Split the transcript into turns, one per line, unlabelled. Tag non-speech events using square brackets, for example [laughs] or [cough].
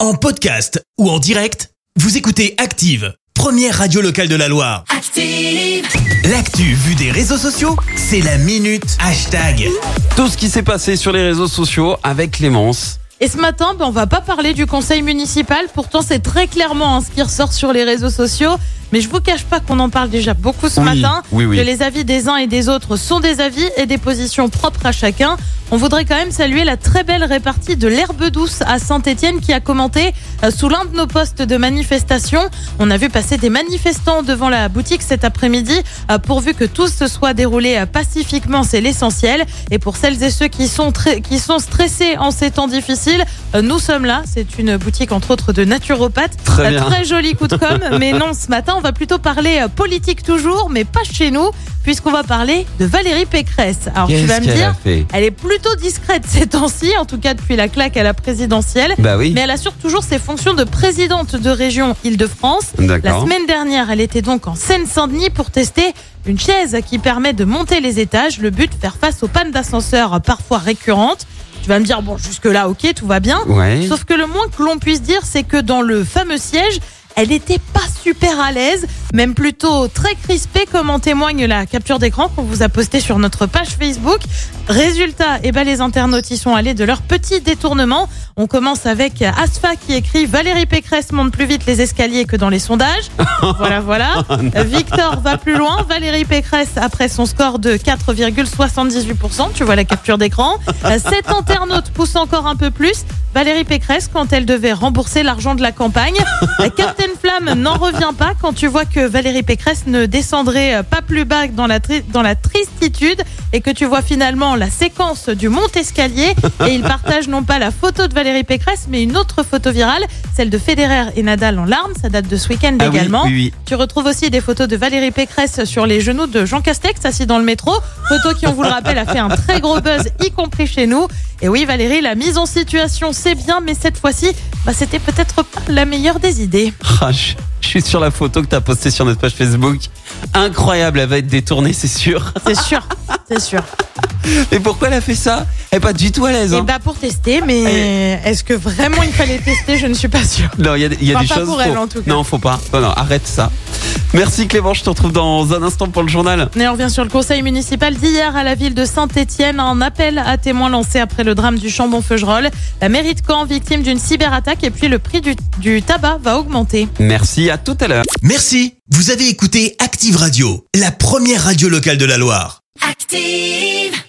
En podcast ou en direct, vous écoutez Active, première radio locale de la Loire.
Active.
L'actu vue des réseaux sociaux, c'est la minute hashtag.
Tout ce qui s'est passé sur les réseaux sociaux avec Clémence.
Et ce matin, ben, on va pas parler du conseil municipal. Pourtant, c'est très clairement hein, ce qui ressort sur les réseaux sociaux. Mais je vous cache pas qu'on en parle déjà beaucoup ce
Oui,
matin.
oui, oui.
Que les avis des uns et des autres sont des avis et des positions propres à chacun. On voudrait quand même saluer la très belle répartie de l'herbe douce à Saint-Étienne qui a commenté euh, sous l'un de nos postes de manifestation. On a vu passer des manifestants devant la boutique cet après-midi. Euh, Pourvu que tout se soit déroulé euh, pacifiquement, c'est l'essentiel. Et pour celles et ceux qui sont, très- qui sont stressés en ces temps difficiles, euh, nous sommes là. C'est une boutique entre autres de naturopathes.
Très
Euh,
bien.
Très joli coup de com.
[laughs]
mais non, ce matin, on va plutôt parler euh, politique toujours, mais pas chez nous, puisqu'on va parler de Valérie Pécresse. Alors tu vas me
qu'elle a
dire,
fait
elle est plutôt discrète ces temps-ci, en tout cas depuis la claque à la présidentielle.
Bah oui.
Mais elle assure toujours ses fonctions de présidente de région Île-de-France. La
D'accord.
semaine dernière, elle était donc en Seine-Saint-Denis pour tester une chaise qui permet de monter les étages. Le but, faire face aux pannes d'ascenseur parfois récurrentes. Tu vas me dire, bon, jusque-là, ok, tout va bien.
Ouais.
Sauf que le moins que l'on puisse dire, c'est que dans le fameux siège, elle n'était pas super à l'aise, même plutôt très crispée, comme en témoigne la capture d'écran qu'on vous a postée sur notre page Facebook. Résultat, eh ben, les internautes y sont allés de leur petit détournement. On commence avec Asfa qui écrit Valérie Pécresse monte plus vite les escaliers que dans les sondages. [laughs]
[laughs]
voilà, voilà.
Oh,
Victor va plus loin. Valérie Pécresse, après son score de 4,78%, tu vois la
[laughs]
capture d'écran. Cet internaute pousse encore un peu plus. Valérie Pécresse, quand elle devait rembourser l'argent de
[laughs]
la campagne, Captain Flamme n'en revient pas quand tu vois que Valérie Pécresse ne descendrait pas plus bas dans la, tri- dans la tristitude et que tu vois finalement la séquence
[laughs]
du mont-escalier. Et ils partagent non pas la photo de Valérie Pécresse, mais une autre photo virale, celle de Federer et Nadal en larmes. Ça date de ce week-end
Ah oui,
également.
oui, oui.
Tu retrouves aussi des photos de Valérie Pécresse sur les genoux de Jean Castex assis dans le métro. Photo qui, on vous le rappelle, a fait un très gros buzz, y compris chez nous. Et oui, Valérie, la mise en situation, c'est bien, mais cette fois-ci, bah, c'était peut-être pas la meilleure des idées.
Ah, je je suis sur la photo que t'as postée sur notre page Facebook. Incroyable, elle va être détournée, c'est
[laughs]
sûr.
C'est sûr, c'est sûr.
Et pourquoi elle a fait ça Elle est pas du tout à l'aise.
Et
hein.
bah pour tester, mais est-ce que vraiment il fallait tester Je ne suis pas sûre.
Non, il y a, des- il y a
Enfin,
des
ben, pas
choses.
pour elle,
faut-
en tout cas.
Non, faut pas. Non, non, arrête ça. Merci Clément, je te retrouve dans un instant pour le journal.
Et on revient sur le conseil municipal d'hier à la ville de Saint-Étienne. Un appel à témoins lancé après le drame du Chambon-Feugerolles. La mairie de Caen, victime d'une cyberattaque, et puis le prix du- du tabac va augmenter.
Merci, à tout à l'heure.
Merci, vous avez écouté Active Radio, la première radio locale de la Loire.
Active.